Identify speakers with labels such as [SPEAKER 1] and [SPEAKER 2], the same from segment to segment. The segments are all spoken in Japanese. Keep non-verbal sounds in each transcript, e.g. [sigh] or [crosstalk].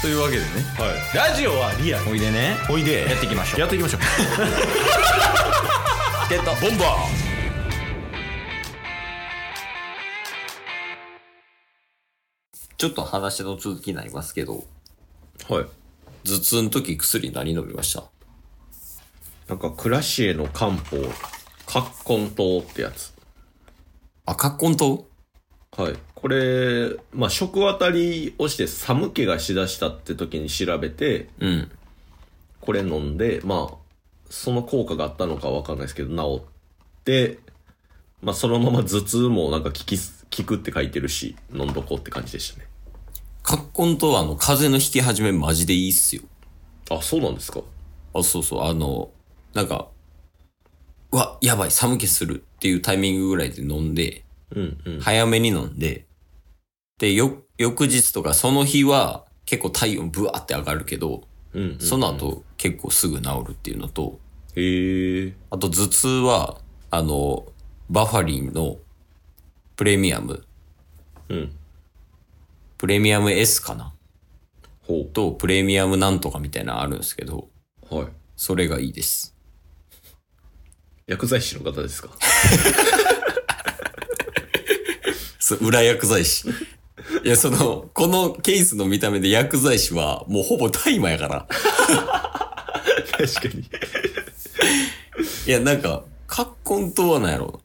[SPEAKER 1] というわけでね
[SPEAKER 2] はい、ラジオはリアル
[SPEAKER 1] おいでね
[SPEAKER 2] おいで
[SPEAKER 1] やっていきましょう
[SPEAKER 2] やっていきましょう
[SPEAKER 1] ゲットボンバー
[SPEAKER 3] ちょっと話の続きになりますけど、
[SPEAKER 2] はい
[SPEAKER 3] 頭痛の時薬何飲みました
[SPEAKER 2] なんかクラシエの漢方葛根湯ってやつ
[SPEAKER 3] あ、カッコン糖
[SPEAKER 2] はいこれまあ食あたりをして寒気がしだしたって時に調べて
[SPEAKER 3] うん。
[SPEAKER 2] これ飲んでまあその効果があったのかわかんないですけど治ってまあそのまま頭痛もなんか効き効くって書いてるし飲んどこうって感じでしたね
[SPEAKER 3] カッコン糖はあの、風邪の引き始めマジでいいっすよ。
[SPEAKER 2] あそうなんですか
[SPEAKER 3] あ、そうそう、あの、なんか、うわ、やばい、寒気するっていうタイミングぐらいで飲んで、
[SPEAKER 2] うんうん
[SPEAKER 3] 早めに飲んで、で、よ、翌日とかその日は結構体温ブワーって上がるけど、
[SPEAKER 2] うん、うん、
[SPEAKER 3] その後結構すぐ治るっていうのと、
[SPEAKER 2] へえ
[SPEAKER 3] あと頭痛は、あの、バファリンのプレミアム、
[SPEAKER 2] うん
[SPEAKER 3] プレミアム S かな
[SPEAKER 2] ほ
[SPEAKER 3] とプレミアムなんとかみたいなのあるんですけど、
[SPEAKER 2] うはい
[SPEAKER 3] それがいいです。
[SPEAKER 2] 薬剤師の方ですか
[SPEAKER 3] す裏薬剤
[SPEAKER 2] [laughs]
[SPEAKER 3] 師。いや、その、このケースの見た目で薬剤師はもうほぼ大麻やから。
[SPEAKER 2] [laughs] 確かに
[SPEAKER 3] いや、なんか、葛根とはなんやろ。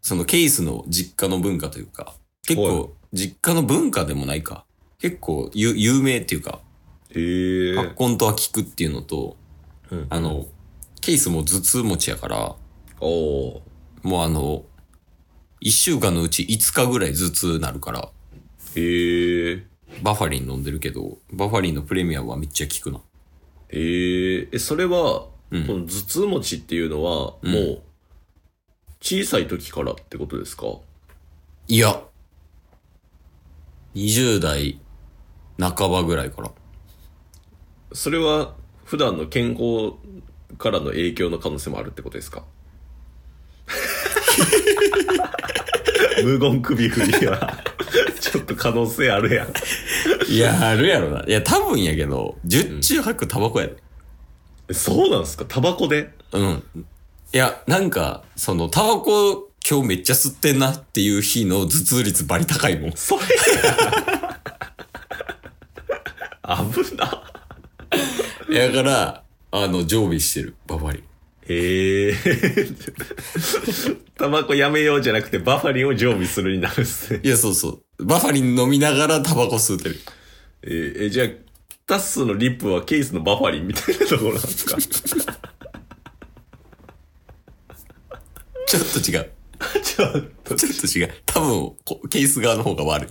[SPEAKER 3] そのケースの実家の文化というか、結
[SPEAKER 2] はい
[SPEAKER 3] 構、実家の文化でもないか。結構有、有名っていうか、
[SPEAKER 2] へえ
[SPEAKER 3] 葛根とは効くっていうのと、
[SPEAKER 2] うん
[SPEAKER 3] あの、ケースも頭痛持ちやから、
[SPEAKER 2] おお
[SPEAKER 3] もうあの、一週間のうち5日ぐらい頭痛なるから、
[SPEAKER 2] ーへえ
[SPEAKER 3] バファリン飲んでるけど、バファリンのプレミアムはめっちゃ効くな。
[SPEAKER 2] へええそれは、
[SPEAKER 3] うん
[SPEAKER 2] この頭痛持ちっていうのは、
[SPEAKER 3] うん
[SPEAKER 2] もう小さい時からってことですか
[SPEAKER 3] いや。20代半ばぐらいから。
[SPEAKER 2] それは普段の健康からの影響の可能性もあるってことで
[SPEAKER 3] [laughs]
[SPEAKER 2] すか無言首振りはちょっと可能性あるやん
[SPEAKER 3] いや、あるやろな。いや、多分やけど、十中八九タバコやで。
[SPEAKER 2] えそうなんすかタバコで
[SPEAKER 3] うん。いや、なんか、その、タバコ今日めっちゃ吸ってんなっていう日の頭痛率バリ高いもん。
[SPEAKER 2] それ [laughs] 危な
[SPEAKER 3] やから、あの、常備してる、バファリン。
[SPEAKER 2] へえ。タバコやめようじゃなくて、バファリンを常備するになるっすね。
[SPEAKER 3] いや、そうそう。バファリン飲みながらタバコ吸ってる。
[SPEAKER 2] えーえじゃあ、タッスのリップはケースのバファリンみたいなところなんですか
[SPEAKER 3] ちょっと違う。
[SPEAKER 2] ちょっと。
[SPEAKER 3] ちょっと違う。多分こ、ケース側の方が [laughs] 悪い。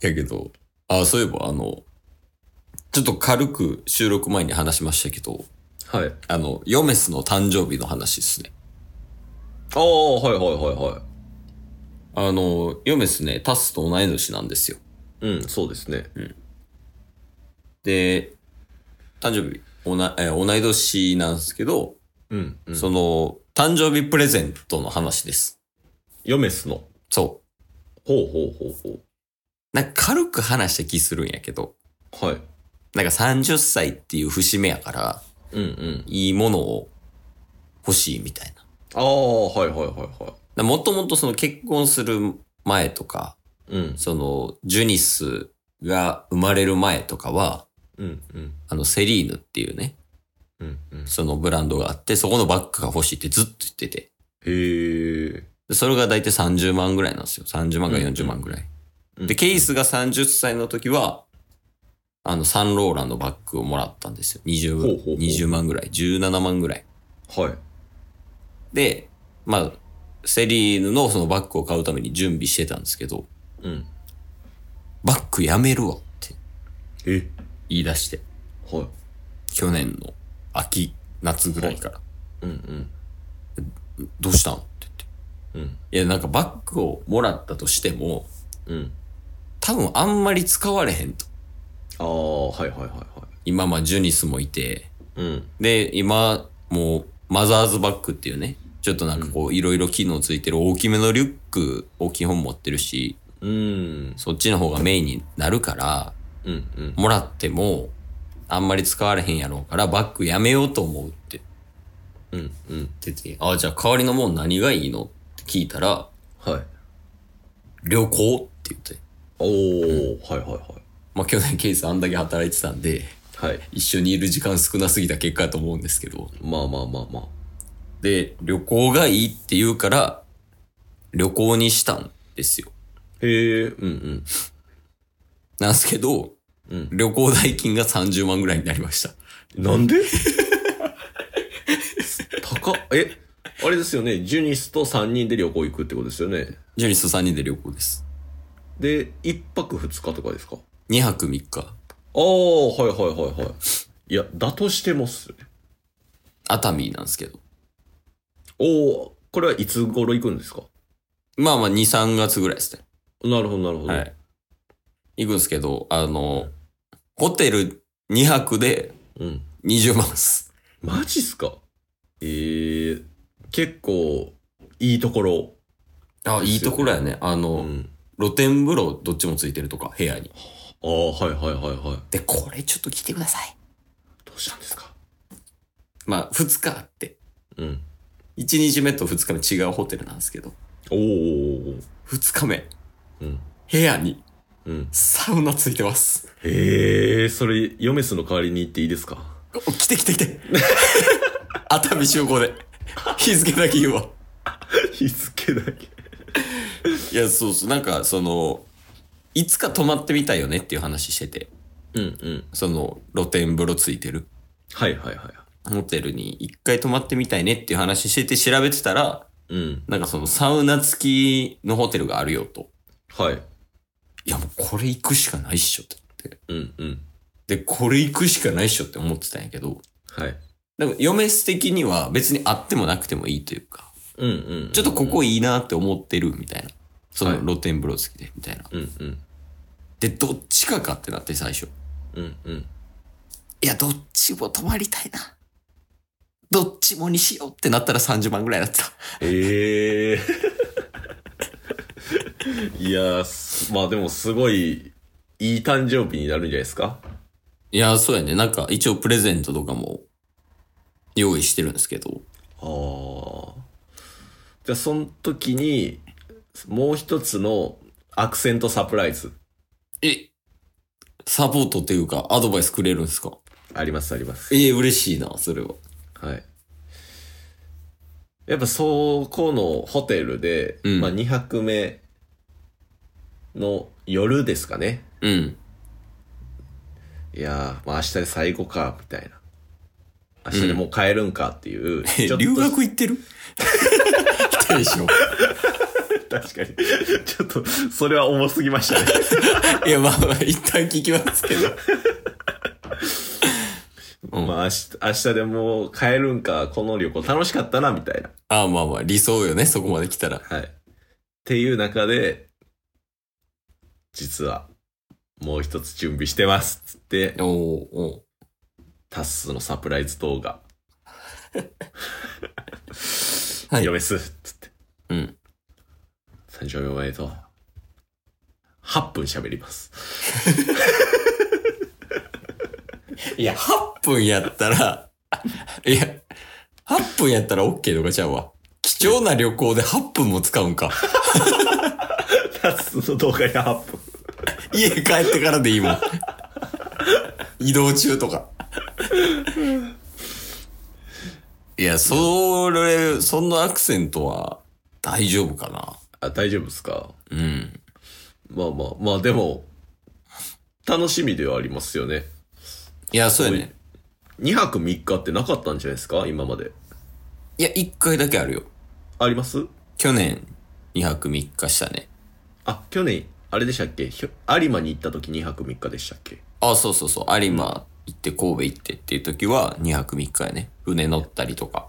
[SPEAKER 3] やけど、あ、そういえば、あの、ちょっと軽く収録前に話しましたけど、
[SPEAKER 2] はい。
[SPEAKER 3] あの、ヨメスの誕生日の話ですね。
[SPEAKER 2] ああ、はいはいはいは
[SPEAKER 3] あの、ヨメスね、タスと同い年なんですよ。
[SPEAKER 2] い。うん、そうですね。
[SPEAKER 3] で、誕生日、おな、えー同い年なんですけど、
[SPEAKER 2] うん。うん、
[SPEAKER 3] その、誕生日プレゼントの話です。
[SPEAKER 2] ヨメスの。
[SPEAKER 3] そう。
[SPEAKER 2] ほうほうほう
[SPEAKER 3] なんか軽く話した気するんやけど、
[SPEAKER 2] ほう。はい。
[SPEAKER 3] なんか30歳っていう節目やから、
[SPEAKER 2] うんうん。
[SPEAKER 3] いいものを欲しいみたいな。
[SPEAKER 2] ああ、はいはいはいは
[SPEAKER 3] だもともとその結婚する前とか、
[SPEAKER 2] い。うん。
[SPEAKER 3] そのジュニスが生まれる前とかは、
[SPEAKER 2] うんうん。
[SPEAKER 3] あのセリーヌっていうね、
[SPEAKER 2] うんうん。
[SPEAKER 3] そのブランドがあって、そこのバッグが欲しいってずっと言ってて。
[SPEAKER 2] へえ。
[SPEAKER 3] でそれが大体30万ぐらいなんですよ。30万か40万ぐらい。
[SPEAKER 2] うん
[SPEAKER 3] で、ケイスが30歳の時は、あの、サンローランのバッグをもらったんですよ。
[SPEAKER 2] ほうほうほう
[SPEAKER 3] 20、20万ぐらい。17万ぐらい。
[SPEAKER 2] はい。
[SPEAKER 3] で、まあ、セリーヌのそのバッグを買うために準備してたんですけど、
[SPEAKER 2] うん。
[SPEAKER 3] バッグやめるわって
[SPEAKER 2] え
[SPEAKER 3] 言い出して、
[SPEAKER 2] はい。
[SPEAKER 3] 去年の秋、夏ぐらいから、
[SPEAKER 2] うんうん。
[SPEAKER 3] どうしたんって言って。
[SPEAKER 2] うん。
[SPEAKER 3] いや、なんかバッグをもらったとしても、
[SPEAKER 2] うん。
[SPEAKER 3] 多分あんまり使われへんと。
[SPEAKER 2] ああ、はいはいはいはい。
[SPEAKER 3] 今、まあ、ジュニスもいて、
[SPEAKER 2] うん。
[SPEAKER 3] で、今、もう、マザーズバッグっていうね、ちょっとなんかこう、いろいろ機能ついてる大きめのリュックを基本持ってるし、
[SPEAKER 2] うん。
[SPEAKER 3] そっちの方がメインになるから、
[SPEAKER 2] うんうん。
[SPEAKER 3] もらっても、あんまり使われへんやろうから、バッグやめようと思うって
[SPEAKER 2] うんうん。
[SPEAKER 3] 言ってて、あ、じゃあ代わりのもん何がいいのって聞いたら、
[SPEAKER 2] はい。
[SPEAKER 3] 旅行って言って。
[SPEAKER 2] おー、はいは
[SPEAKER 3] まあ、去年ケイスあんだけ働いてたんで、
[SPEAKER 2] いはい。はい。
[SPEAKER 3] 一緒にいる時間少なすぎた結果だと思うんですけど。
[SPEAKER 2] まあまあまあまあ。
[SPEAKER 3] で、旅行がいいって言うから、旅行にしたんですよ。
[SPEAKER 2] へえ、うん
[SPEAKER 3] なんですけど、
[SPEAKER 2] うん
[SPEAKER 3] 旅行代金が30万ぐらいになりました。
[SPEAKER 2] うん。なんで [laughs] 高っ。え、あれですよね。ジュニスと3人で旅行行くってことですよね。
[SPEAKER 3] ジュニスと3人で旅行です。
[SPEAKER 2] で、1泊2日とかですか
[SPEAKER 3] 2泊3日。
[SPEAKER 2] あー、はいはいはいはい。いや、だとしてもっすよね。
[SPEAKER 3] 熱海なんですけど。
[SPEAKER 2] おー、これはいつ頃行くんですか
[SPEAKER 3] まあまあ2、3月ぐらいですね。
[SPEAKER 2] なるほどなるほど。
[SPEAKER 3] はい。行くんですけど、あの、ホテル2泊で
[SPEAKER 2] うん。
[SPEAKER 3] 20万っす。
[SPEAKER 2] マジっすかえー、結構、いいところ。
[SPEAKER 3] あ、いいところやね。あの、
[SPEAKER 2] うん。
[SPEAKER 3] 露天風呂どっちもついてるとか、部屋に。
[SPEAKER 2] ああ、はいはいはいはい。
[SPEAKER 3] で、これちょっと来てください。
[SPEAKER 2] どうしたんですか
[SPEAKER 3] まあ、2日あって。
[SPEAKER 2] うん。
[SPEAKER 3] 1日目と2日目違うホテルなんですけど、
[SPEAKER 2] おーおーおー
[SPEAKER 3] 2日目、
[SPEAKER 2] うん。
[SPEAKER 3] 部屋に
[SPEAKER 2] うん。
[SPEAKER 3] サウナついてます。
[SPEAKER 2] へえ、それ、ヨメスの代わりに行っていいです [laughs] か
[SPEAKER 3] お来て来て来て。 [laughs] 熱海集合で。日付だけ言うわ。
[SPEAKER 2] 日付だけ。
[SPEAKER 3] いや、そうそう。なんか、その、いつか泊まってみたいよねっていう話してて、
[SPEAKER 2] うんうん。
[SPEAKER 3] その、露天風呂ついてる
[SPEAKER 2] はいはいはい。
[SPEAKER 3] ホテルに一回泊まってみたいねっていう話してて調べてたら、
[SPEAKER 2] うん。
[SPEAKER 3] なんかそのサウナ付きのホテルがあるよと。
[SPEAKER 2] はい。
[SPEAKER 3] いや、もうこれ行くしかないっしょって言っ
[SPEAKER 2] うんうん。
[SPEAKER 3] て。で、これ行くしかないっしょって思ってたんやけど、
[SPEAKER 2] はい。
[SPEAKER 3] でも、嫁素的には別にあってもなくてもいいというか、
[SPEAKER 2] うんうん。
[SPEAKER 3] ちょっとここいいなって思ってるみたいな。その
[SPEAKER 2] はい
[SPEAKER 3] 露天風呂付きで、みたいな。
[SPEAKER 2] うんうん。
[SPEAKER 3] で、どっちかかってなって最初。
[SPEAKER 2] うんうん。
[SPEAKER 3] いや、どっちも泊まりたいな。どっちもにしようってなったら30万ぐらいだった。
[SPEAKER 2] ええ [laughs] いやーすまあでもすごい、いい誕生日になるんじゃないですか
[SPEAKER 3] いや、そうやね。なんか一応プレゼントとかも用意してるんですけど。
[SPEAKER 2] ああ。じゃあ、その時に、もう一つのアクセントサプライズ。
[SPEAKER 3] えサポートっていうかアドバイスくれるんですか
[SPEAKER 2] あります、あります。
[SPEAKER 3] ええ嬉しいな、それは。
[SPEAKER 2] はい。やっぱ、そこのホテルで、
[SPEAKER 3] うん
[SPEAKER 2] まあ、2泊目の夜ですかね。
[SPEAKER 3] うん。
[SPEAKER 2] いやー、まあ、明日で最後か、みたいな。明日でもう帰るんかっていう。
[SPEAKER 3] え、
[SPEAKER 2] ちょっと
[SPEAKER 3] [laughs] 留学行ってる来てるでしょ。
[SPEAKER 2] 確かに。 [laughs] ちょっと、それは重すぎましたね。
[SPEAKER 3] いや、まあまあ、一旦聞きます [laughs] けど。うん
[SPEAKER 2] まあ、明日、明日でもう帰るんか、この旅行楽しかったな、みたいな。
[SPEAKER 3] ああ、まあまあ、理想よね、そこまで来たら。
[SPEAKER 2] はい。っていう中で、実は、もう一つ準備してます。つって、
[SPEAKER 3] おおお
[SPEAKER 2] タッスのサプライズ動画。
[SPEAKER 3] ーはい。
[SPEAKER 2] 嫁っす。つって。
[SPEAKER 3] うん。
[SPEAKER 2] 誕生日おめでとう。8分喋ります。
[SPEAKER 3] いや、8分やったら、いや、8分やったら OK とかちゃうわ。貴重な旅行で8分も使うんか。
[SPEAKER 2] タッスの動画が8分。
[SPEAKER 3] 家帰ってからでいいもん。移動中とか。いや、それ、そのアクセントは大丈夫か
[SPEAKER 2] あ、大丈夫ですか
[SPEAKER 3] な。うん。
[SPEAKER 2] まあまあ、まあでも、楽しみではありますよね。
[SPEAKER 3] いや、そうやね。
[SPEAKER 2] 2泊3日ってなかったんじゃないですか今まで。
[SPEAKER 3] いや、1回だけあるよ。
[SPEAKER 2] あります
[SPEAKER 3] 去年2泊3日したね。
[SPEAKER 2] あ、去年、あれでしたっけひょ有馬に行った時2泊3日でしたっけ
[SPEAKER 3] あ、そうそうそう。有馬行って神戸行ってっていう時は2泊3日やね。船乗ったりとか。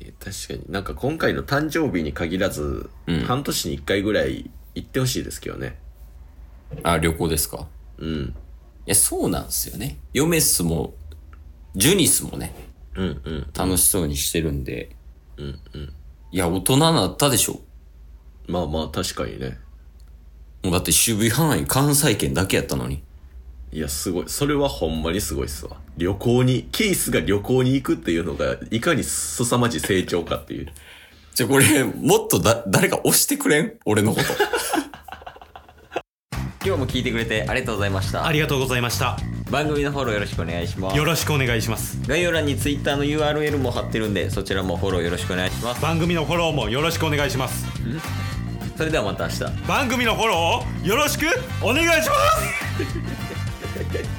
[SPEAKER 2] えー確かになんか今回の誕生日に限らず、
[SPEAKER 3] うん
[SPEAKER 2] 半年に1回ぐらい行ってほしいですけどね
[SPEAKER 3] あ、旅行ですか。
[SPEAKER 2] うん
[SPEAKER 3] いや、そうなんですよね。ヨメスも、ジュニスもね、
[SPEAKER 2] うんうん
[SPEAKER 3] 楽しそうにしてるんで。
[SPEAKER 2] うんうん
[SPEAKER 3] いや、大人になったでしょ。
[SPEAKER 2] まあまあ確かにね
[SPEAKER 3] もうだって守備範囲関西圏だけやったのに。
[SPEAKER 2] いや、すごい。それはほんまにすごいっすわ。旅行に、ケースが旅行に行くっていうのが、いかに凄まじい成長かっていう。
[SPEAKER 3] じゃ、これ、もっとだ、誰か押してくれん俺のこと。
[SPEAKER 1] [laughs] 今日も聞いてくれてありがとうございました
[SPEAKER 4] ありがとうございました
[SPEAKER 1] 番組のフォローよろしくお願いします
[SPEAKER 4] よろしくお願いします
[SPEAKER 1] 概要欄に Twitter の URL も貼ってるんでそちらもフォローよろしくお願いします
[SPEAKER 4] 番組のフォローもよろしくお願いします
[SPEAKER 1] それではまた明日
[SPEAKER 4] 番組のフォローをよろしくお願いします